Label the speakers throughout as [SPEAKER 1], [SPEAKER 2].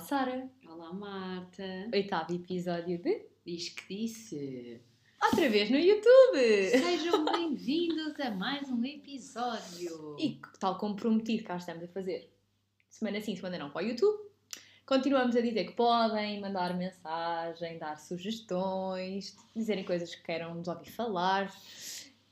[SPEAKER 1] Sara.
[SPEAKER 2] Olá, Marta.
[SPEAKER 1] Oitavo episódio de
[SPEAKER 2] Diz que disse.
[SPEAKER 1] Outra vez no YouTube.
[SPEAKER 2] Sejam bem-vindos a mais um episódio.
[SPEAKER 1] E tal como prometido, cá estamos a fazer. Semana sim, semana não para o YouTube. Continuamos a dizer que podem mandar mensagem, dar sugestões, dizerem coisas que queiram nos ouvir falar.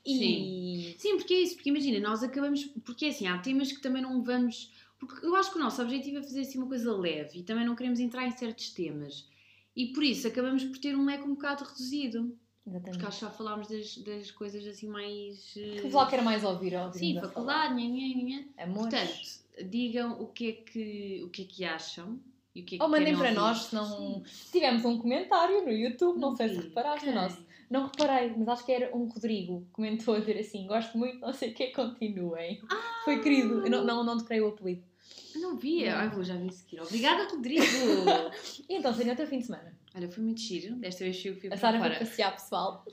[SPEAKER 1] E
[SPEAKER 2] Sim, porque é isso. Porque imagina, nós acabamos. Porque é assim, há temas que também não vamos. Porque eu acho que o nosso objetivo é fazer assim uma coisa leve e também não queremos entrar em certos temas. E por isso acabamos por ter um leque um bocado reduzido. Porque
[SPEAKER 1] exatamente.
[SPEAKER 2] acho que já falámos das, das coisas assim mais. eh,
[SPEAKER 1] Que vlog quero mais ouvir? ouvir
[SPEAKER 2] Sim, faculdade, nhan, nhan, nhan.
[SPEAKER 1] Amor.
[SPEAKER 2] Portanto, digam o que é que, o que, é que acham. E o que é que
[SPEAKER 1] Ou mandem
[SPEAKER 2] querem
[SPEAKER 1] para
[SPEAKER 2] ouvir.
[SPEAKER 1] nós, se não. Tivemos um comentário no YouTube, não, sei se
[SPEAKER 2] vi.
[SPEAKER 1] reparaste
[SPEAKER 2] Quem?
[SPEAKER 1] o nosso. Não reparei, mas acho que era um Rodrigo. Comentou a dizer assim: gosto muito, não sei o que, continuem. Foi querido. Eu não, não, não decorei o apelido.
[SPEAKER 2] Não via.
[SPEAKER 1] Não.
[SPEAKER 2] Ai, vou já vir seguir. Obrigada, Rodrigo.
[SPEAKER 1] E então, seria até o fim de semana.
[SPEAKER 2] Olha, foi muito giro. Desta vez fui, fui
[SPEAKER 1] A
[SPEAKER 2] para
[SPEAKER 1] Sara foi
[SPEAKER 2] fora.
[SPEAKER 1] passear, pessoal.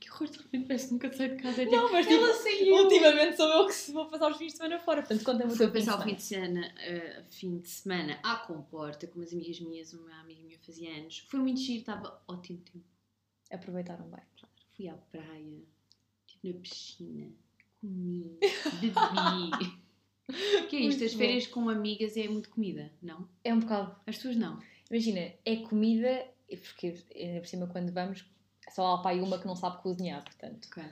[SPEAKER 2] Que horror, realmente parece que nunca saí de casa.
[SPEAKER 1] Não, mas tipo,
[SPEAKER 2] Ela saiu.
[SPEAKER 1] ultimamente sou eu que vou passar os fins de semana fora. Portanto, conta-me o
[SPEAKER 2] Fui
[SPEAKER 1] teu fim de
[SPEAKER 2] passar o fim
[SPEAKER 1] semana.
[SPEAKER 2] de semana, eh, fim de semana à comporta com umas amigas minhas, uma amiga minha fazia anos. Foi muito giro, estava ótimo tempo.
[SPEAKER 1] Aproveitaram bem.
[SPEAKER 2] Fui à praia, estive na piscina, comi, bebi. O que é isto?
[SPEAKER 1] Muito
[SPEAKER 2] As
[SPEAKER 1] bom.
[SPEAKER 2] férias com amigas é muito comida, não?
[SPEAKER 1] É um bocado
[SPEAKER 2] As tuas não.
[SPEAKER 1] Imagina, é comida, e porque ainda por cima quando vamos, só há pai uma que não sabe cozinhar, portanto.
[SPEAKER 2] Ok,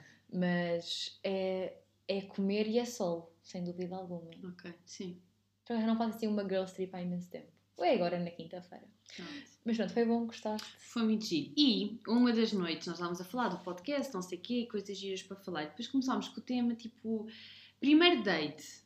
[SPEAKER 1] Mas é, é comer e é sol, sem dúvida alguma.
[SPEAKER 2] ok, sim.
[SPEAKER 1] Então eu não faço assim uma girl trip há imenso tempo. Ou é agora na quinta-feira.
[SPEAKER 2] Pronto.
[SPEAKER 1] Mas pronto, foi bom, gostaste.
[SPEAKER 2] Foi muito giro. E uma das noites nós estávamos a falar do podcast, não sei o quê, coisas giras para falar. E depois começámos com o tema tipo primeiro date.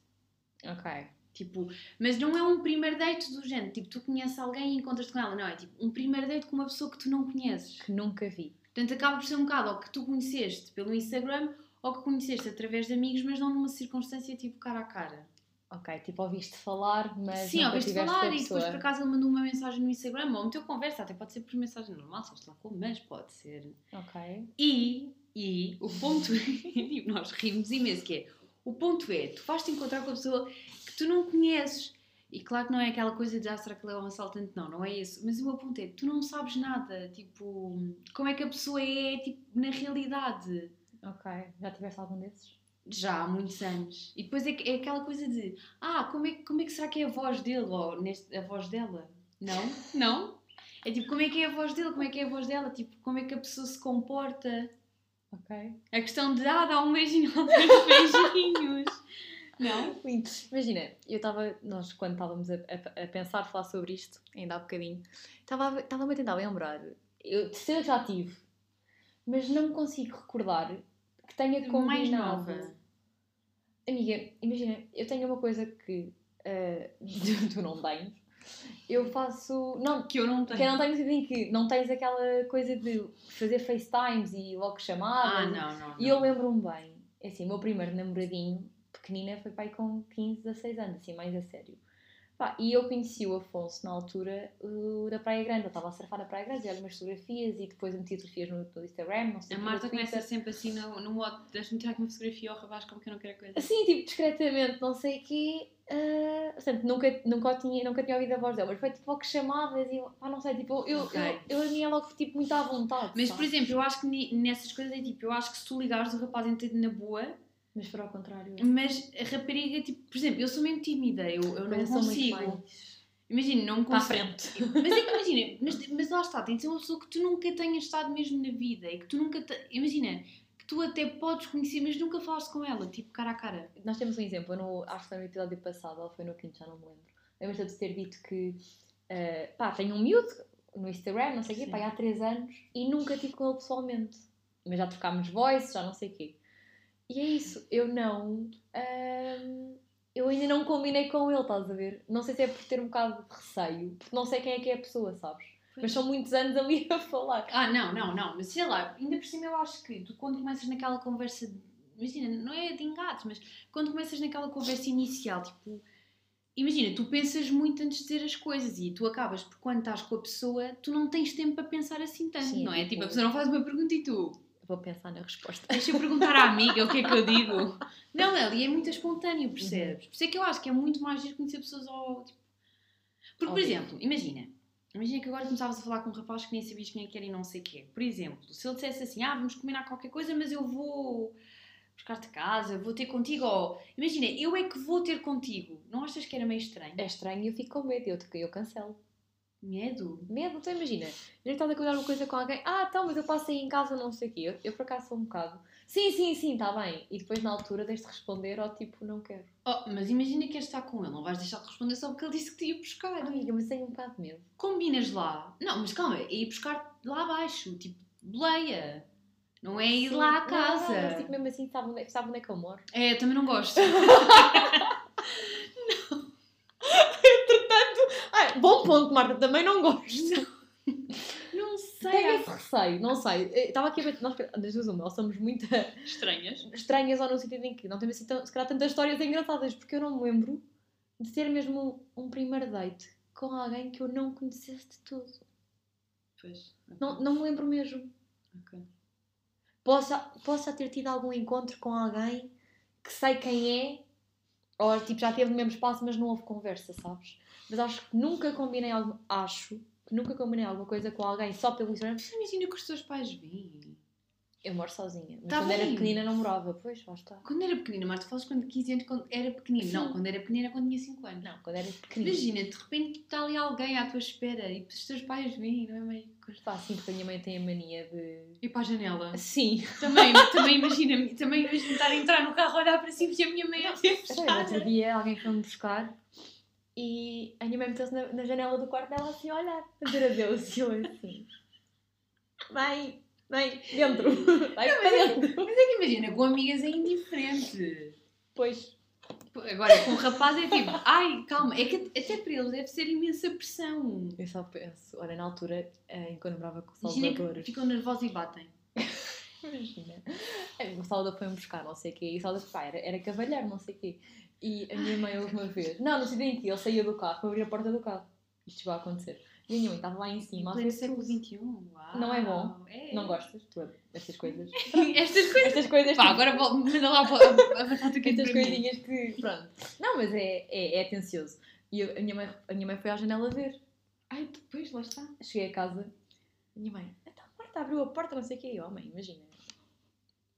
[SPEAKER 1] Ok.
[SPEAKER 2] Tipo, mas não é um primeiro date do género, tipo, tu conheces alguém e encontras-te com ela, não, é tipo um primeiro date com uma pessoa que tu não conheces.
[SPEAKER 1] Que nunca vi.
[SPEAKER 2] Portanto, acaba por ser um bocado ou que tu conheceste pelo Instagram ou que conheceste através de amigos, mas não numa circunstância tipo cara a cara.
[SPEAKER 1] Ok, tipo, ouviste falar, mas.
[SPEAKER 2] Sim,
[SPEAKER 1] nunca
[SPEAKER 2] ouviste
[SPEAKER 1] tiveste com a
[SPEAKER 2] falar e depois
[SPEAKER 1] pessoa.
[SPEAKER 2] por acaso ele mandou uma mensagem no Instagram ou meteu conversa, até pode ser por mensagem normal, sabes lá como, mas pode ser.
[SPEAKER 1] Ok.
[SPEAKER 2] E, e o ponto é, e nós rimos imenso, que é, o ponto é, tu vais-te encontrar com a pessoa que tu não conheces. E claro que não é aquela coisa de, ah, será que ele é um assaltante? Não, não é isso. Mas o meu ponto é, tu não sabes nada, tipo, como é que a pessoa é, tipo, na realidade.
[SPEAKER 1] Ok. Já tiveste algum desses?
[SPEAKER 2] Já há muitos anos. E depois é, que- é aquela coisa de, ah, como é, que- como é que será que é a voz dele, ou neste, a voz dela? Não? Não? É tipo, como é que é a voz dele, como é que é a voz dela, tipo, como é que a pessoa se comporta...
[SPEAKER 1] Ok.
[SPEAKER 2] A questão de ah, dá um beijinho ou dois beijinhos. Não?
[SPEAKER 1] Lindo. Imagina, eu estava, nós quando estávamos a, a- a pensar falar sobre isto, ainda há bocadinho, estava- estava-me a tentar lembrar. Eu de certeza já tive, mas não me consigo recordar que tenha combinado.
[SPEAKER 2] Mais nova.
[SPEAKER 1] Amiga, imagina, eu tenho uma coisa que ah, tu, tu não tens. Eu faço. Não,
[SPEAKER 2] Que eu não tenho.
[SPEAKER 1] que eu não tenho no sentido em que não tens aquela coisa de fazer FaceTimes e logo
[SPEAKER 2] Ah,
[SPEAKER 1] chamadas e
[SPEAKER 2] não, não. não.
[SPEAKER 1] e eu lembro-me bem, é assim, o meu primeiro namoradinho, pequenina, foi pai com 15, 16 anos, assim, mais a sério. Pá, e eu conheci o Afonso na altura uh, da Praia Grande, eu estava a surfar na Praia Grande, e olhar umas fotografias e depois eu meti fotografias no, no Instagram, não sei
[SPEAKER 2] A
[SPEAKER 1] o quê,
[SPEAKER 2] Marta
[SPEAKER 1] no Twitter.
[SPEAKER 2] começa sempre assim no, no modo, deixa-me tirar aqui uma fotografia ao rabás, como que eu não quero a coisa.
[SPEAKER 1] Assim, tipo, discretamente, não sei o quê. ah, portanto, nunca, nunca, o tinha, nunca tinha ouvido a voz dela, mas foi tipo logo chamadas e pá, não sei, tipo, eu,
[SPEAKER 2] Ok.
[SPEAKER 1] eu, eu, eu ia logo tipo, muito à vontade.
[SPEAKER 2] Mas,
[SPEAKER 1] sabe?
[SPEAKER 2] por exemplo, eu acho que ni- nessas coisas é tipo, eu acho que se tu ligares o rapaz entende na boa,
[SPEAKER 1] mas para o contrário, eu,
[SPEAKER 2] mas a rapariga, tipo, por exemplo, eu sou mesmo tímida, eu, eu não
[SPEAKER 1] eu sou muito
[SPEAKER 2] consigo.
[SPEAKER 1] mais
[SPEAKER 2] Imagina, não
[SPEAKER 1] para a
[SPEAKER 2] consigo.
[SPEAKER 1] frente.
[SPEAKER 2] Mas é que imagina, mas, mas lá está, tem de ser uma pessoa que tu nunca tenhas estado mesmo na vida e que tu nunca. te- imagina, que tu até podes conhecer, mas nunca falaste com ela, tipo cara a cara.
[SPEAKER 1] Nós temos um exemplo, eu não- acho que foi no episódio passado, ou foi no quinto, já não me lembro. Lembro-te de ter dito que, eh, pá, tenho um miúdo no Instagram, não sei o quê,
[SPEAKER 2] Sim.
[SPEAKER 1] pá, há 3 anos, e nunca tive com ele pessoalmente. Mas já trocámos voice, já não sei o quê. E é isso, eu não... ahm, eu ainda não combinei com ele, estás a ver? Não sei se é por ter um bocado de receio, porque não sei quem é que é a pessoa, sabes? Mas são muitos anos ali a falar.
[SPEAKER 2] Ah, não, não, não, mas sei lá, ainda por cima eu acho que tu quando começas naquela conversa, de- imagina, não é de engates, mas quando começas naquela conversa inicial, tipo, imagina, tu pensas muito antes de dizer as coisas e tu acabas por quando estás com a pessoa, tu não tens tempo para pensar assim tanto,
[SPEAKER 1] Sim,
[SPEAKER 2] não é?
[SPEAKER 1] tipo-
[SPEAKER 2] Tipo, a pessoa não faz uma pergunta e tu.
[SPEAKER 1] Vou pensar na resposta.
[SPEAKER 2] Deixa eu perguntar à amiga o que é que eu digo. Uhum. Não, Eli, é muito espontâneo, percebes? Por isso é que eu acho que é muito mais giro conhecer pessoas ao. Tipo... Porque, por
[SPEAKER 1] Óbvio.
[SPEAKER 2] exemplo, imagina. Imagina que agora começavas a falar com um rapaz que nem sabias quem é que era e não sei o quê. Por exemplo, se ele dissesse assim, ah, vamos combinar qualquer coisa, mas eu vou buscar-te casa, vou ter contigo, ou... Imagina, eu é que vou ter contigo. Não achas que era meio estranho?
[SPEAKER 1] É estranho e eu fico com medo, eu, eu cancelo.
[SPEAKER 2] Medo?
[SPEAKER 1] Medo, então imagina, já estás a cuidar uma coisa com alguém, ah, então, mas eu passo aí em casa, não sei o quê. Eu, eu por acaso sou um bocado, sim, sim, sim, está bem. E depois na altura tens de responder ao tipo, não quero.
[SPEAKER 2] Oh, mas imagina que queres estar com ele, não vais deixar de responder só porque ele disse que te ia buscar.
[SPEAKER 1] Amiga, mas tenho um bocado de medo.
[SPEAKER 2] Combinas lá. Não, mas calma, é ir buscar lá abaixo, tipo, boleia. Não é ir
[SPEAKER 1] Sim,
[SPEAKER 2] lá à
[SPEAKER 1] não,
[SPEAKER 2] casa.
[SPEAKER 1] não, mas tipo, mesmo assim, sabe onde, é- sabe onde é que eu moro?
[SPEAKER 2] É, eu também não gosto.
[SPEAKER 1] Ah, bom ponto, Marta, também não gosto.
[SPEAKER 2] não sei.
[SPEAKER 1] Tenho esse receio, não sei. Eh, Estava aqui a ver, nós, das duas, uma, ou somos muito
[SPEAKER 2] há- Estranhas.
[SPEAKER 1] estranhas ou no sentido em que não temos assim, tão- se calhar, tantas histórias engraçadas, porque eu não me lembro de ter mesmo um, um primeiro date com alguém que eu não conhecesse de todo.
[SPEAKER 2] Pois.
[SPEAKER 1] Não, não me lembro mesmo.
[SPEAKER 2] Ok.
[SPEAKER 1] Possa, possa ter tido algum encontro com alguém que sei quem é, ou tipo, já teve no mesmo espaço, mas não houve conversa, sabes? Mas acho que nunca combinei algo, acho que nunca combinei alguma coisa com alguém só pelo Instagram.
[SPEAKER 2] Mas imagina que os teus pais vêm.
[SPEAKER 1] Eu moro sozinha, mas
[SPEAKER 2] Tá
[SPEAKER 1] quando era
[SPEAKER 2] bem.
[SPEAKER 1] pequenina não morava, pois lá está.
[SPEAKER 2] Quando era pequenina, mas tu falas quando 15 anos, quando era pequenina.
[SPEAKER 1] Sim.
[SPEAKER 2] Não, quando era pequenina, quando tinha 5 anos.
[SPEAKER 1] Não, quando era pequenina.
[SPEAKER 2] Imagina, de repente está ali alguém à tua espera e os teus pais vêm, não é meio... coisa?
[SPEAKER 1] Pá, sim, porque a minha mãe tem a mania de.
[SPEAKER 2] E para a janela.
[SPEAKER 1] Sim,
[SPEAKER 2] Também, também imagina, também imagina estar a entrar no carro, olhar para cima e a minha mãe a ver
[SPEAKER 1] Sei, no outro
[SPEAKER 2] fechada.
[SPEAKER 1] dia alguém foi-me buscar e a minha mãe meteu-se na, na janela do quarto dela assim a olhar, a dizer adeus. E eu assim: Mãe, mãe, dentro, vai
[SPEAKER 2] Não,
[SPEAKER 1] para
[SPEAKER 2] mas é-
[SPEAKER 1] dentro.
[SPEAKER 2] Mas é que imagina, com amigas é indiferente.
[SPEAKER 1] Pois,
[SPEAKER 2] Agora, com o rapaz é tipo, ai, calma, é que até para eles deve ser imensa pressão.
[SPEAKER 1] eu só penso, olha, na altura eh, em que eu namorava com o
[SPEAKER 2] Imagina
[SPEAKER 1] Salvador,
[SPEAKER 2] que ficam nervosos e batem.
[SPEAKER 1] imagina, Eh, o Salvador foi-me buscar, não sei o quê, e o Salvador pá, era, era cavalheiro, não sei o quê. E a minha mãe houve uma vez, não, não sei bem que, ele saía do carro, foi abrir a porta do carro. Isto vai acontecer. E a minha mãe estava lá em cima, a
[SPEAKER 2] Pleno
[SPEAKER 1] ver
[SPEAKER 2] século
[SPEAKER 1] tudo.
[SPEAKER 2] XXI, uau.
[SPEAKER 1] Não é bom?
[SPEAKER 2] É.
[SPEAKER 1] Não gostas? Tu, estas coisas?
[SPEAKER 2] Estas coisas.
[SPEAKER 1] Estas coisas
[SPEAKER 2] Pá, agora vou- manda lá a, a batata quente
[SPEAKER 1] Estas
[SPEAKER 2] para mim.
[SPEAKER 1] coisinhas que. Pronto. Não, mas é, é, é atencioso. E eu- a, minha mãe, a minha mãe foi à janela ver.
[SPEAKER 2] Ai, depois, lá está.
[SPEAKER 1] Cheguei a casa, a minha mãe, então a porta abriu a porta, não sei o quê. E eu, oh, mãe, imagina.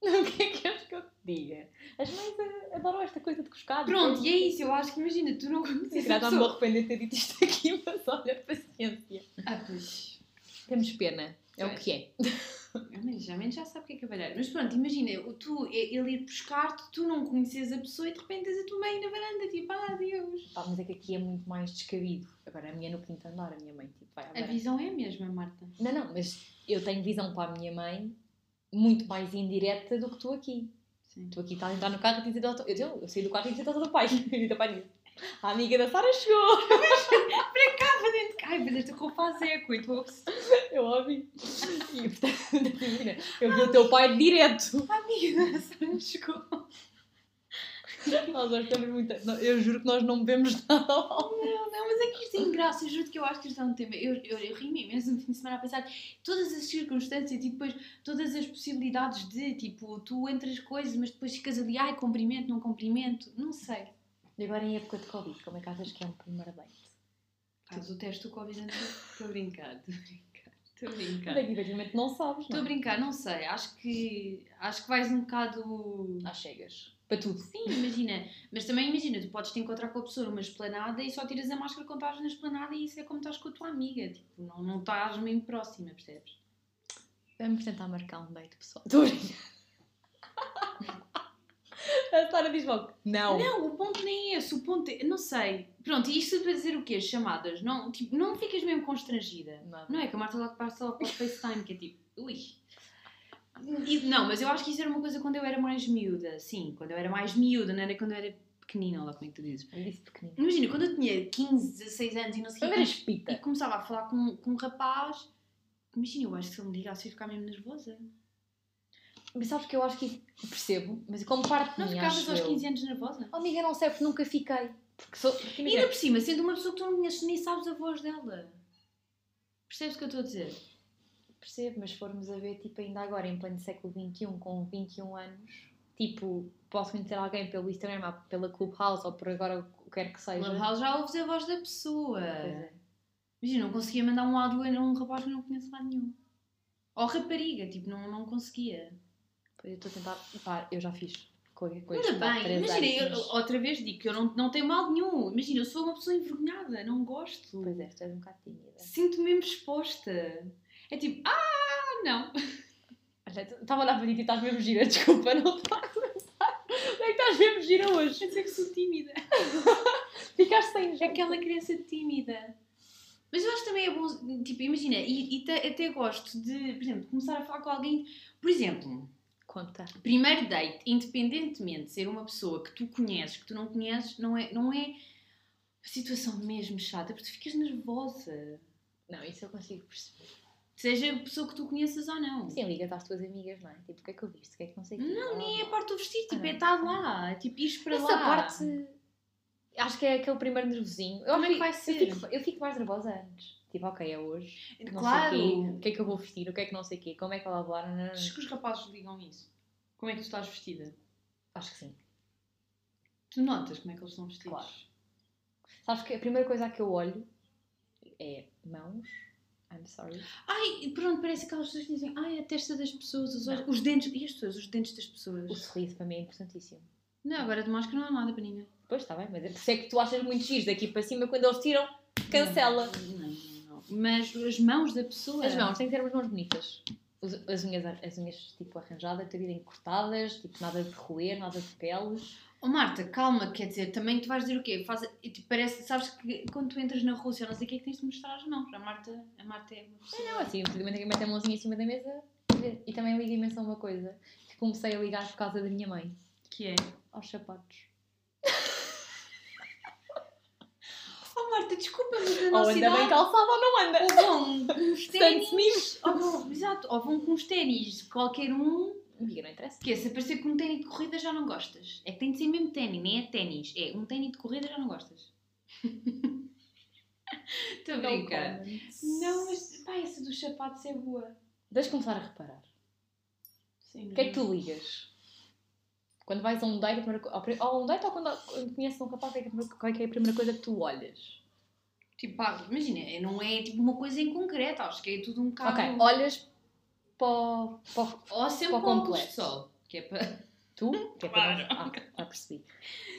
[SPEAKER 1] O que é que queres que eu te diga? As mães eh, adoram esta coisa de cuscado.
[SPEAKER 2] Pronto, e é isso, eu acho que imagina, tu não conheces a
[SPEAKER 1] Graças a me
[SPEAKER 2] pessoa.
[SPEAKER 1] arrepender de ter dito isto aqui, mas olha, paciência.
[SPEAKER 2] Ah, pois.
[SPEAKER 1] Temos pena, é o
[SPEAKER 2] Pois.
[SPEAKER 1] que é.
[SPEAKER 2] Ao menos, ao menos já sabe o que é cavalheiro. Mas pronto, imagina, o tu, e- ele ir buscar-te, tu não conheces a pessoa e de repente tens a tua mãe na varanda, tipo, ah, Deus.
[SPEAKER 1] Pá, mas é que aqui é muito mais descabido. Agora, a minha é no quinto andar, a minha mãe, tipo, vai à
[SPEAKER 2] A
[SPEAKER 1] varanda.
[SPEAKER 2] visão é a mesma, Marta.
[SPEAKER 1] Não, não, mas eu tenho visão para a minha mãe muito mais indireta do que tu aqui.
[SPEAKER 2] Sim.
[SPEAKER 1] Tu aqui estás a entrar no carro e dizes ao teu... Eu, eu, eu saí do carro e dizes ao teu pai. E o teu pai diz, a amiga da Sara chegou.
[SPEAKER 2] Para dentro, ai, mas esta roupa a zeco, e tu ouves,
[SPEAKER 1] Eu ouvi. E portanto, imagina, eu vi o teu pai direto.
[SPEAKER 2] amiga, Sara chegou.
[SPEAKER 1] Nós hoje estamos muito... não, Eu juro que nós não bebemos nada álcool.
[SPEAKER 2] Não, não, mas é que isto é engraçado, eu juro que eu acho que isto é um tema. Eu, eu, eu ri-me imenso no fim de semana passado. Todas as circunstâncias e depois todas as possibilidades de, tipo, tu entras coisas, mas depois ficas ali, ai, cumprimento, não cumprimento, não sei.
[SPEAKER 1] E agora em época de Covid, como é que achas que é um primeiro date?
[SPEAKER 2] Faz o teste do Covid antes. Estou a brincar, estou a brincar, estou a
[SPEAKER 1] Tu
[SPEAKER 2] brincar.
[SPEAKER 1] daqui, efetivamente, não sabes,
[SPEAKER 2] Estou a
[SPEAKER 1] não é?
[SPEAKER 2] brincar, não sei, acho que, acho que vais um bocado.
[SPEAKER 1] Às cegas. Para tudo.
[SPEAKER 2] Sim, imagina. Mas também imagina, tu podes te encontrar com a pessoa numa esplanada e só tiras a máscara quando estás na esplanada e isso é como estás com a tua amiga. Tipo, não, não estás mesmo próxima, percebes?
[SPEAKER 1] Vamos tentar marcar um date, pessoal. Estou a brincar. A Sara diz logo, não.
[SPEAKER 2] Não, o ponto nem é esse, o ponto é, não sei. Pronto, e isto para dizer o quê? As Chamadas, não, tipo, não ficas mesmo constrangida.
[SPEAKER 1] Nada.
[SPEAKER 2] Não é que a Marta logo passa logo para o FaceTime, que é tipo, ui. E- não, mas eu acho que isso era uma coisa quando eu era mais miúda, sim, quando eu era mais miúda, não era quando eu era pequenina, lá como é que tu dizes.
[SPEAKER 1] Eu disse pequenino.
[SPEAKER 2] Imagina, quando eu tinha 15, 16 anos e não sei
[SPEAKER 1] Eu
[SPEAKER 2] o
[SPEAKER 1] era
[SPEAKER 2] quê,
[SPEAKER 1] espita.
[SPEAKER 2] e começava a falar com, com um rapaz, imagina, eu acho que se ele me ligasse eu ia ficar mesmo nervosa.
[SPEAKER 1] Mas sabes que eu acho que isso- percebo, mas como parte de
[SPEAKER 2] Não
[SPEAKER 1] mim,
[SPEAKER 2] ficavas
[SPEAKER 1] acho
[SPEAKER 2] aos
[SPEAKER 1] eu.
[SPEAKER 2] 15 anos nervosa?
[SPEAKER 1] Oh, amiga, não sei porque nunca fiquei. Porque sou... porque
[SPEAKER 2] E
[SPEAKER 1] imagina,
[SPEAKER 2] ainda por cima, sendo uma pessoa que tu não conheces nem sabes a voz dela. Percebes o que eu estou a dizer?
[SPEAKER 1] um, Percebo, mas se formos a ver, tipo, ainda agora, em pleno século XXI, com 21 anos, tipo, posso conhecer alguém pelo Instagram, ou pela Clubhouse ou por agora o que quer que seja.
[SPEAKER 2] Clubhouse já ouves a voz da pessoa.
[SPEAKER 1] é. Pois é.
[SPEAKER 2] Imagina, não conseguia mandar um áudio a um rapaz que não conheço lá nenhum. Ou rapariga, tipo, não, não conseguia.
[SPEAKER 1] Pois Eu estou a tentar. Pá, eu já fiz qualquer coisa. tipo,
[SPEAKER 2] Ainda
[SPEAKER 1] há
[SPEAKER 2] bem,
[SPEAKER 1] três
[SPEAKER 2] imagina,
[SPEAKER 1] anos,
[SPEAKER 2] eu,
[SPEAKER 1] mas-
[SPEAKER 2] outra vez digo que eu não, não tenho mal nenhum. Imagina, eu sou uma pessoa envergonhada, não gosto.
[SPEAKER 1] Pois é, tu és um bocado tímida.
[SPEAKER 2] Sinto-me mesmo exposta. É tipo, ah, não.
[SPEAKER 1] Olha, é, tu- Estava a olhar para ti e estás mesmo gira, desculpa, não estás a pensar. Não é que estás mesmo gira hoje?
[SPEAKER 2] Quer dizer que sou tímida. É
[SPEAKER 1] Ficaste sem jeito.
[SPEAKER 2] Aquela criança tímida. Mas eu acho que também é bom, tipo, imagina, e, e te- até gosto de, por exemplo, começar a falar com alguém. Por exemplo,
[SPEAKER 1] Conta.
[SPEAKER 2] primeiro date, independentemente de ser uma pessoa que tu conheces, que tu não conheces, não é, não é situação mesmo chata, porque tu ficas nervosa.
[SPEAKER 1] Não, isso eu consigo perceber.
[SPEAKER 2] Seja a pessoa que tu conheças ou não.
[SPEAKER 1] Sim, liga-te às tuas amigas, não é? Tipo, o que é que eu viste? O que é que não sei o quê?
[SPEAKER 2] Não, nem é a parte do vestido, tipo,
[SPEAKER 1] Ah,
[SPEAKER 2] é estar lá, é tipo, ir para
[SPEAKER 1] Essa
[SPEAKER 2] lá.
[SPEAKER 1] parte. Acho que é aquele primeiro nervosinho. Eu
[SPEAKER 2] Como é
[SPEAKER 1] acho
[SPEAKER 2] que vai ser?
[SPEAKER 1] Eu fico, eu fico mais nervosa antes. Tipo, ok, é hoje. Não
[SPEAKER 2] claro.
[SPEAKER 1] Sei o, quê, o que é que eu vou vestir? O que é que não sei o quê? Como é que ela vai blá, blá, blá.
[SPEAKER 2] Acho que os rapazes ligam isso. Como é que tu estás vestida?
[SPEAKER 1] Acho que sim.
[SPEAKER 2] Tu notas como é que eles estão vestidos?
[SPEAKER 1] Claro. Sabes que a primeira coisa que eu olho é mãos. I'm sorry.
[SPEAKER 2] Ai, pronto, parece aquelas pessoas que dizem, ai, a testa das pessoas, os olhos, os dentes, e as pessoas, os dentes das
[SPEAKER 1] O
[SPEAKER 2] pessoas.
[SPEAKER 1] sorriso para mim é importantíssimo.
[SPEAKER 2] Não, agora de máscara não há nada para ninguém.
[SPEAKER 1] Pois está bem, mas é por isso é que tu achas muito giros daqui para cima quando eles tiram, cancela.
[SPEAKER 2] Não, não, não. Mas as mãos da pessoa.
[SPEAKER 1] As mãos têm que ter umas mãos bonitas. Os- As unhas, as unhas tipo arranjadas, ter bem cortadas, tipo nada de roer, nada de peles.
[SPEAKER 2] Oh, Marta, calma, quer dizer, também tu vais dizer o quê? Faz, e, tipo, parece, sabes que quando tu entras na Rússia, não sei o que é que tens de mostrar as mãos. A Marta, a Marta é uma pessoa.
[SPEAKER 1] Não, assim, simplesmente que metem a mãozinha em cima da mesa. E também liga imenso a uma coisa que comecei a ligar por causa da minha mãe,
[SPEAKER 2] Que é?
[SPEAKER 1] aos sapatos.
[SPEAKER 2] Oh Marta, desculpa, mas na
[SPEAKER 1] Ou
[SPEAKER 2] nossa
[SPEAKER 1] anda Oh, bem
[SPEAKER 2] idade...
[SPEAKER 1] calçada ou não anda.
[SPEAKER 2] Ou vão com os ténis...
[SPEAKER 1] Smith.
[SPEAKER 2] Ou vão, exato, ou vão com os ténis, qualquer um...
[SPEAKER 1] Amiga, não interessa.
[SPEAKER 2] Que é, se aparecer com um ténis de corrida já não gostas. É que tem de ser mesmo ténis, nem é ténis. É, um ténis de corrida já não gostas. Estou a brincar. Não, mas pá, essa dos sapatos é boa.
[SPEAKER 1] Deixa começar a reparar.
[SPEAKER 2] Sim,
[SPEAKER 1] O que é que tu ligas? Quando vais a um date, a primeira co- ao pri- ou a um date ou quando, quando conheces um rapaz, o que é que a primeira- qual é que é a primeira coisa que tu olhas?
[SPEAKER 2] Tipo, pá, imagina, não é tipo uma coisa em concreto, acho que é tudo um bocado.
[SPEAKER 1] Ok, olhas para o- para o-
[SPEAKER 2] Ou sempre
[SPEAKER 1] Para o
[SPEAKER 2] com óculos
[SPEAKER 1] completo.
[SPEAKER 2] de sol. Que é para...
[SPEAKER 1] tu, que é para
[SPEAKER 2] Claro.
[SPEAKER 1] nós- Ah, já percebi.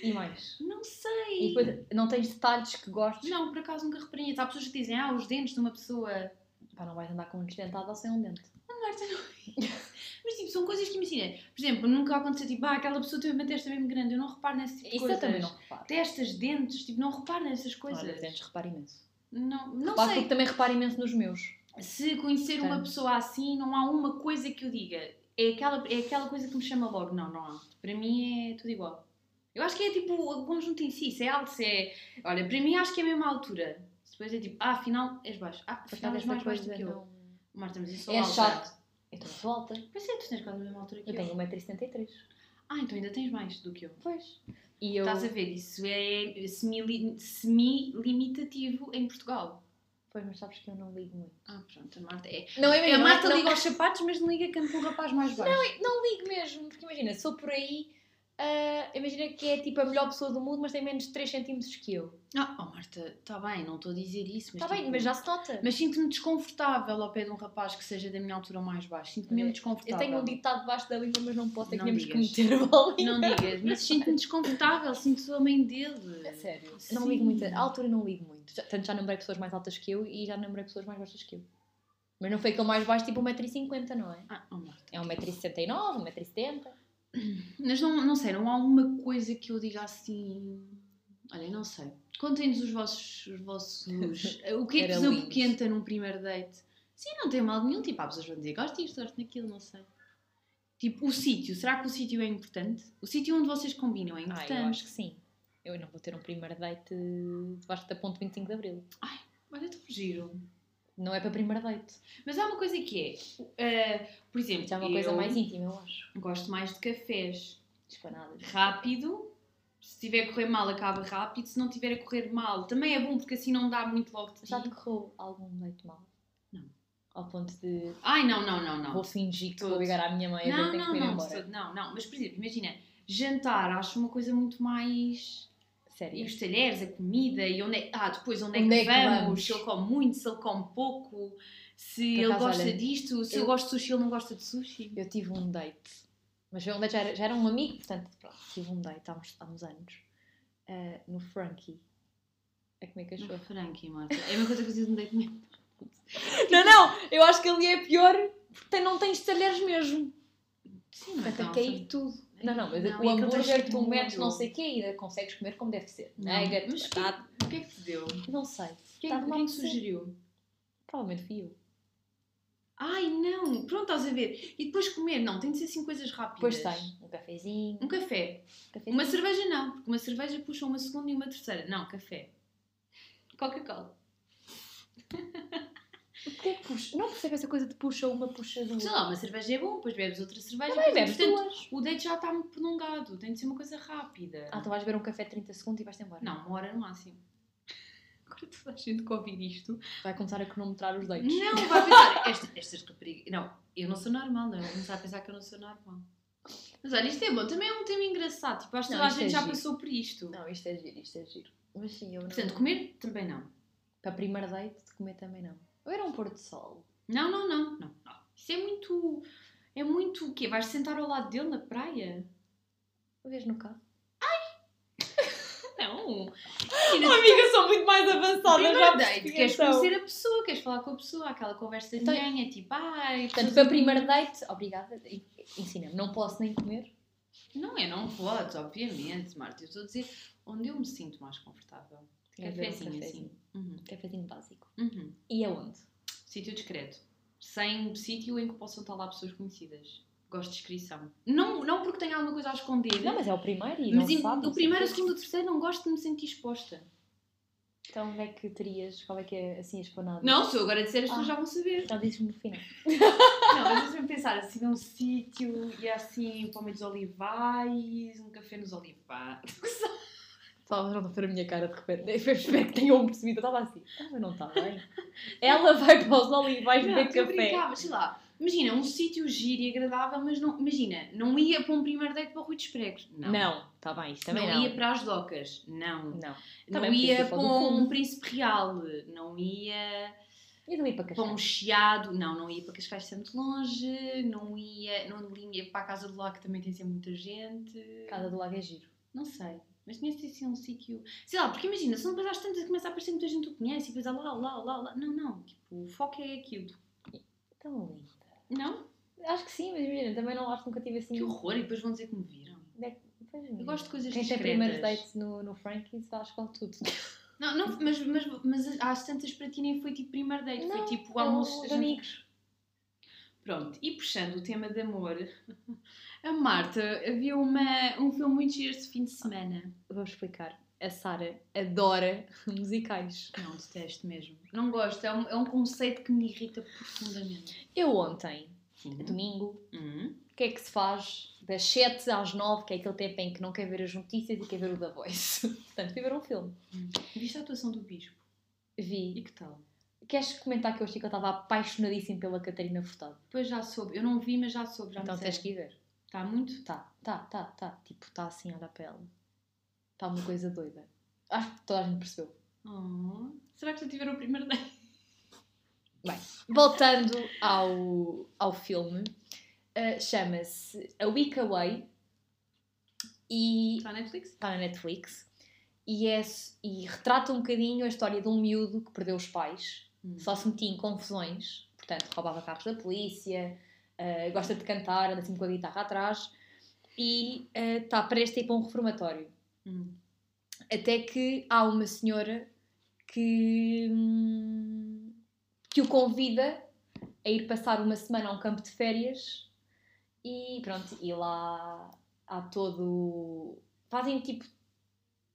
[SPEAKER 1] E mais?
[SPEAKER 2] Não sei.
[SPEAKER 1] E depois, é- não tens detalhes que gostes?
[SPEAKER 2] Não, por acaso nunca reparei. Há pessoas que dizem, ah, os dentes de uma pessoa.
[SPEAKER 1] Pá, não vais andar com um desdentado ou sem um dente.
[SPEAKER 2] Ah, Marta, não é isso. Mas tipo, são coisas que imagina. Por exemplo, nunca aconteceu tipo, ah, aquela pessoa teve uma testa mesmo grande. Eu não reparo nesse tipo de
[SPEAKER 1] Isso
[SPEAKER 2] coisas.
[SPEAKER 1] eu também não reparo.
[SPEAKER 2] Testas, dentes, tipo, não reparo nessas coisas.
[SPEAKER 1] Olha, os dentes reparo imenso.
[SPEAKER 2] Não, não
[SPEAKER 1] Reparo
[SPEAKER 2] sei.
[SPEAKER 1] porque também reparo imenso nos meus.
[SPEAKER 2] Se conhecer uma
[SPEAKER 1] Portanto.
[SPEAKER 2] pessoa assim, não há uma coisa que eu diga. É aquela, é aquela coisa que me chama logo. Não, não há. Para mim é tudo igual. Eu acho que é tipo o conjunto em si. Se é alto, se é. Olha, para mim acho que é a mesma altura. Depois é tipo, ah, afinal és baixo. Ah,
[SPEAKER 1] Por
[SPEAKER 2] afinal és
[SPEAKER 1] esta
[SPEAKER 2] mais baixo do
[SPEAKER 1] coisa
[SPEAKER 2] que eu.
[SPEAKER 1] não-
[SPEAKER 2] Marta, mas eu sou
[SPEAKER 1] É
[SPEAKER 2] alta.
[SPEAKER 1] chato. Então, Eu também sou alta.
[SPEAKER 2] Pois é, tu tens quase a mesma altura que eu.
[SPEAKER 1] Eu tenho 1,73m.
[SPEAKER 2] Ah, então ainda tens mais do que eu.
[SPEAKER 1] Pois. E eu.
[SPEAKER 2] Estás a ver, isso é semi- semi-limitativo em Portugal.
[SPEAKER 1] Pois, mas sabes que eu não ligo muito.
[SPEAKER 2] Ah, pronto, a Marta é.
[SPEAKER 1] Não,
[SPEAKER 2] A Marta liga
[SPEAKER 1] não,
[SPEAKER 2] aos sapatos, mas não liga quando com um rapaz mais baixo.
[SPEAKER 1] não ligo mesmo, porque imagina, sou por aí. ah, imagina que é tipo a melhor pessoa do mundo, mas tem menos de 3 centímetros que eu.
[SPEAKER 2] Ah, oh Marta, está bem, não estou a dizer isso, mas.
[SPEAKER 1] Está Tá bem,
[SPEAKER 2] tipo,
[SPEAKER 1] mas já se nota.
[SPEAKER 2] Mas sinto-me desconfortável ao pé de um rapaz que seja da minha altura ou mais baixo. Sinto-me mesmo desconfortável.
[SPEAKER 1] eu tenho um ditado debaixo da língua, mas não posso, é que
[SPEAKER 2] Não
[SPEAKER 1] temos que
[SPEAKER 2] digas.
[SPEAKER 1] meter a bolinha.
[SPEAKER 2] Não digas, mas sinto-me desconfortável, sinto-me a mãe dele.
[SPEAKER 1] É sério. Eu não
[SPEAKER 2] Sim.
[SPEAKER 1] ligo muito. A altura não ligo muito. Já, tanto já namorei pessoas mais altas que eu e já namorei pessoas mais baixas que eu. Mas não foi aquele mais baixo, tipo 1,50m, não é?
[SPEAKER 2] Ah, oh Marta.
[SPEAKER 1] É 1,69m, 1,70m.
[SPEAKER 2] Mas não, não sei, não há uma coisa que eu diga assim. Olha, não sei. Contem-nos os vossos. Os vossos o que é que
[SPEAKER 1] Era
[SPEAKER 2] vos
[SPEAKER 1] lindo.
[SPEAKER 2] apoquenta num primeiro date? Sim, não tem mal nenhum. Tipo, há pessoas que vão dizer gosto disto, gosto daquilo, não sei. Tipo, o sítio. Será que o sítio é importante? O sítio onde vocês combinam é
[SPEAKER 1] Ah,
[SPEAKER 2] importante.
[SPEAKER 1] eu acho que sim. Eu não vou ter um primeiro date debaixo da ponte 25 de Abril.
[SPEAKER 2] Olha, tão giro.
[SPEAKER 1] Não é para primeiro date.
[SPEAKER 2] Mas há uma coisa que é. eh, por exemplo,
[SPEAKER 1] Já é uma
[SPEAKER 2] eu
[SPEAKER 1] coisa mais íntima, eu acho.
[SPEAKER 2] gosto mais de cafés.
[SPEAKER 1] Espanadas.
[SPEAKER 2] rápido. Se tiver a correr mal, acaba rápido. Se não tiver a correr mal, também é bom porque assim não dá muito logo de ti.
[SPEAKER 1] Já decorreu algum leite mal?
[SPEAKER 2] Não.
[SPEAKER 1] Ao ponto de
[SPEAKER 2] Ai, não, não, não, não.
[SPEAKER 1] vou fingir que vou
[SPEAKER 2] Todo.
[SPEAKER 1] ligar à minha mãe a
[SPEAKER 2] Não,
[SPEAKER 1] dizer que tenho
[SPEAKER 2] não,
[SPEAKER 1] que ir
[SPEAKER 2] não,
[SPEAKER 1] embora.
[SPEAKER 2] pessoa- não, não. Mas, por exemplo, imagina, jantar acho uma coisa muito mais. E
[SPEAKER 1] Sério.
[SPEAKER 2] os talheres, a comida, e onde é, ah, depois onde é,
[SPEAKER 1] É Onde
[SPEAKER 2] que,
[SPEAKER 1] é que
[SPEAKER 2] vamos,
[SPEAKER 1] vamos?
[SPEAKER 2] se ele come muito, se ele come pouco, se
[SPEAKER 1] Por
[SPEAKER 2] ele
[SPEAKER 1] acaso,
[SPEAKER 2] gosta
[SPEAKER 1] olha,
[SPEAKER 2] disto, se
[SPEAKER 1] eu-
[SPEAKER 2] eu gosto de sushi, ele não gosta de sushi.
[SPEAKER 1] Eu tive um date. Mas foi um date, já era, já era um amigo, portanto, pronto, tive um date há uns, há uns anos. eh, no Frankie. É como é que achou?
[SPEAKER 2] Não, Frankie, Marta. É uma coisa que eu digo, não dei comigo.
[SPEAKER 1] Não, não! Eu acho que ali é pior porque tem- não tens talheres mesmo.
[SPEAKER 2] Sim, não é
[SPEAKER 1] Portanto, tem
[SPEAKER 2] tão
[SPEAKER 1] que
[SPEAKER 2] É
[SPEAKER 1] cair tudo. Não, não, é mas
[SPEAKER 2] Não,
[SPEAKER 1] o
[SPEAKER 2] e aquilo tem
[SPEAKER 1] um hambúrguer
[SPEAKER 2] cheio de
[SPEAKER 1] tu metes
[SPEAKER 2] molho.
[SPEAKER 1] não sei o quê e ainda consegues comer como deve ser. Ah,
[SPEAKER 2] Não,
[SPEAKER 1] Nugget,
[SPEAKER 2] mas que-
[SPEAKER 1] batata,
[SPEAKER 2] O que é que te deu?
[SPEAKER 1] não sei.
[SPEAKER 2] Quem,
[SPEAKER 1] Tá de mau
[SPEAKER 2] quem te
[SPEAKER 1] conselho.
[SPEAKER 2] é sugeriu?
[SPEAKER 1] Provavelmente fui eu.
[SPEAKER 2] Ai, não! Pronto, estás a ver. E depois comer, não, tem de ser assim coisas rápidas.
[SPEAKER 1] Depois tem um cafezinho,
[SPEAKER 2] Um café.
[SPEAKER 1] um cafezinho.
[SPEAKER 2] Uma cerveja não, porque uma cerveja puxa uma segunda e uma terceira. Não, café. Coca-Cola.
[SPEAKER 1] O que é que puxa? Não percebo essa coisa de puxa uma, puxa duas.
[SPEAKER 2] Sei lá, uma cerveja é bom, depois bebes outra cerveja.
[SPEAKER 1] Também bebes
[SPEAKER 2] depois- portanto,
[SPEAKER 1] duas.
[SPEAKER 2] O date já está muito prolongado, tem de ser uma coisa rápida.
[SPEAKER 1] Ah, tu vais beber um café de 30 segundos e vais-te embora.
[SPEAKER 2] Não, uma hora no máximo. Agora toda a gente que ouvir isto.
[SPEAKER 1] Vai começar a cronometrar os deitos.
[SPEAKER 2] Não, vai pensar. Esta, estas raparigas. Não, eu não sou normal, não. é? Eu vou começar a pensar que eu não sou normal. Mas olha, isto é bom, também é um tema engraçado. Tipo, acho que
[SPEAKER 1] Não,
[SPEAKER 2] toda a
[SPEAKER 1] isto
[SPEAKER 2] gente
[SPEAKER 1] é
[SPEAKER 2] já
[SPEAKER 1] giro.
[SPEAKER 2] passou por isto.
[SPEAKER 1] Não, isto é giro, isto é giro. Mas sim, eu não.
[SPEAKER 2] Portanto, comer também não.
[SPEAKER 1] Para primeiro date, de comer também não. Ou era um pôr de sol.
[SPEAKER 2] Não, não, não, não, não. Isso é muito. É muito o quê? Vais sentar ao lado dele na praia?
[SPEAKER 1] Uma vez no carro.
[SPEAKER 2] Tá Não!
[SPEAKER 1] Oh, amiga, sou muito mais avançada
[SPEAKER 2] Primeiro date, queres conhecer a pessoa, queres falar com a pessoa, aquela conversa de
[SPEAKER 1] Então-
[SPEAKER 2] ganha, tipo, ai,
[SPEAKER 1] Portanto,
[SPEAKER 2] pessoas-
[SPEAKER 1] para primeiro date, obrigada, en- ensina-me, não posso nem comer.
[SPEAKER 2] Não, eu não podes, obviamente, Marta. Eu estou a dizer onde eu me sinto mais confortável.
[SPEAKER 1] Tem a ver um
[SPEAKER 2] Cafézinho, assim.
[SPEAKER 1] cafezinho.
[SPEAKER 2] Uhum.
[SPEAKER 1] Cafezinho básico.
[SPEAKER 2] Uhum.
[SPEAKER 1] E aonde?
[SPEAKER 2] Sítio discreto. Sem um sítio em que possam estar lá pessoas conhecidas. Gosto de descrição. Não, não porque tenha alguma coisa a esconder.
[SPEAKER 1] Não, mas é o primeiro e
[SPEAKER 2] mas
[SPEAKER 1] não
[SPEAKER 2] em-
[SPEAKER 1] sabe. é
[SPEAKER 2] do primeiro, ao segundo, ao terceiro, não gosto de me sentir exposta.
[SPEAKER 1] Então, onde é que terias, qual é que é assim a esplanada?
[SPEAKER 2] Não, se eu agora disser, as pessoas
[SPEAKER 1] Ah.
[SPEAKER 2] já vão saber.
[SPEAKER 1] Então dizes-me no final.
[SPEAKER 2] Ah. Não, mas deixa-me pensar assim num sítio e assim, pelo menos olivais, um café nos olivais.
[SPEAKER 1] Estava a ver a minha cara de repente. Foi espero que tenham percebido. Eu estava assim. Ah, mas não está bem. Ela vai para os olivais
[SPEAKER 2] Não,
[SPEAKER 1] beber
[SPEAKER 2] eu
[SPEAKER 1] café.
[SPEAKER 2] brincava, sei lá. Imagina, um sítio giro e agradável, mas não, imagina, não ia para um primeiro date para o Rui dos Pregos. Não.
[SPEAKER 1] Não, está bem. Isto também
[SPEAKER 2] Não
[SPEAKER 1] não.
[SPEAKER 2] ia para as docas. Não.
[SPEAKER 1] Não.
[SPEAKER 2] não
[SPEAKER 1] Também podia
[SPEAKER 2] ia
[SPEAKER 1] ser
[SPEAKER 2] para
[SPEAKER 1] para o do
[SPEAKER 2] um
[SPEAKER 1] fundo.
[SPEAKER 2] príncipe real. Não ia
[SPEAKER 1] E não ia para
[SPEAKER 2] para um
[SPEAKER 1] café.
[SPEAKER 2] chiado. Não, não ia para Cascais ser muito longe. Não ia, não ia para a casa do lago que também tem sempre muita gente.
[SPEAKER 1] Casa do Lago é giro.
[SPEAKER 2] Não sei. Mas tinha de ser um sítio. Sei lá, porque imagina, se não depois às tantas começa a aparecer muita gente que tu conheces e depois há lá, lá, lá, lá. Não, não. Tipo, o foco é aquilo.
[SPEAKER 1] Tão linda.
[SPEAKER 2] Não?
[SPEAKER 1] Acho que sim, mas imagina, também não acho que nunca tive assim.
[SPEAKER 2] Que horror. E depois vão dizer que me viram. Eu gosto de coisas
[SPEAKER 1] Quem tem
[SPEAKER 2] discretas.
[SPEAKER 1] primeiros dates no, no Frankie's faz com tudo.
[SPEAKER 2] Não, não, mas, mas, mas às tantas para ti nem foi tipo primeiro date,
[SPEAKER 1] Não,
[SPEAKER 2] foi tipo
[SPEAKER 1] é
[SPEAKER 2] almoço.
[SPEAKER 1] os
[SPEAKER 2] jantar.
[SPEAKER 1] amigos.
[SPEAKER 2] Pronto, e puxando o tema de amor, a Marta havia uma, um filme muito giro este fim de semana.
[SPEAKER 1] Vou explicar. A Sara adora musicais.
[SPEAKER 2] Não, detesto mesmo. Não gosto, é um, é um conceito que me irrita profundamente.
[SPEAKER 1] Eu ontem,
[SPEAKER 2] Hum.
[SPEAKER 1] domingo,
[SPEAKER 2] Hum.
[SPEAKER 1] o que é que se faz das 7 às 9, que é aquele tempo em que não quer ver as notícias e quer ver o da Voice. Portanto, fui ver um filme.
[SPEAKER 2] Viste a atuação do Bispo? E
[SPEAKER 1] Vi.
[SPEAKER 2] que tal?
[SPEAKER 1] Queres comentar que eu achei que eu estava apaixonadíssima pela Catarina Furtado?
[SPEAKER 2] Depois já soube, eu não vi, mas já soube. Já
[SPEAKER 1] Então tens que ir ver.
[SPEAKER 2] Está muito.
[SPEAKER 1] Tá, tá, tá, tá. Tipo, está assim, olha a pele. Está uma coisa doida. Acho que toda a gente percebeu.
[SPEAKER 2] Oh. Será que já tiveram o primeiro date?
[SPEAKER 1] Voltando ao, ao filme, eh, chama-se A Week Away e
[SPEAKER 2] Está na Netflix?
[SPEAKER 1] está tá na Netflix e, é, e retrata um bocadinho a história de um miúdo que perdeu os pais,
[SPEAKER 2] Hum.
[SPEAKER 1] só se metia em confusões, portanto roubava carros da polícia, eh, gosta de cantar, anda sempre com a guitarra atrás e eh, está prestes a ir para um reformatório.
[SPEAKER 2] Hum.
[SPEAKER 1] Até que há uma senhora que, hum, que o convida a ir passar uma semana a um campo de férias e pronto, e lá há todo. Fazem tipo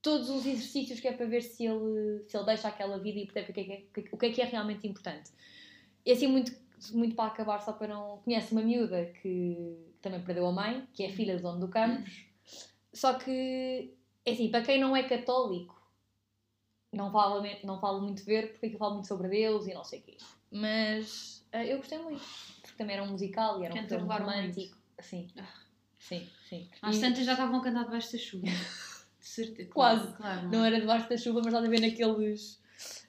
[SPEAKER 1] todos os exercícios que é para ver se ele, se ele deixa aquela vida e percebe o que é que é, o que é, que é realmente importante. E assim, muito, muito para acabar, só para não. Conhece uma miúda que também perdeu a mãe, que é filha do dono do Campos, só que é assim, para quem não é católico, não fala, me- não fala muito ver, porque aquilo fala muito sobre Deus e não sei o quê. Mas ah, eu gostei muito. Porque também era um musical e era um filme
[SPEAKER 2] Cantarolar
[SPEAKER 1] romântico. Sim. Sim, sim.
[SPEAKER 2] Às
[SPEAKER 1] E
[SPEAKER 2] tantas Ah, já estavam a cantar debaixo da chuva. De certeza.
[SPEAKER 1] Quase.
[SPEAKER 2] Claro, é?
[SPEAKER 1] Não era debaixo da chuva, mas estás a ver naqueles.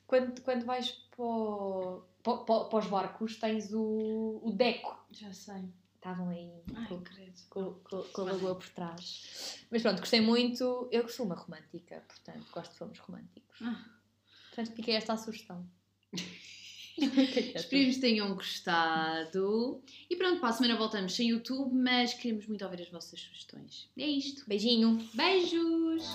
[SPEAKER 1] Quando, quando vais para, o- pa- pa- para os barcos, tens o, o deco.
[SPEAKER 2] Já sei.
[SPEAKER 1] Estavam aí
[SPEAKER 2] Ai,
[SPEAKER 1] com,
[SPEAKER 2] credo.
[SPEAKER 1] com, com- com a lagoa por trás. Mas pronto, gostei muito. Eu que sou uma romântica, portanto, gosto de filmes românticos.
[SPEAKER 2] Ah,
[SPEAKER 1] Portanto, fiquei esta a sugestão.
[SPEAKER 2] esperemos que tenham gostado. E pronto, para a semana voltamos sem YouTube, mas queremos muito ouvir as vossas sugestões. É isto.
[SPEAKER 1] Beijinho!
[SPEAKER 2] Beijos!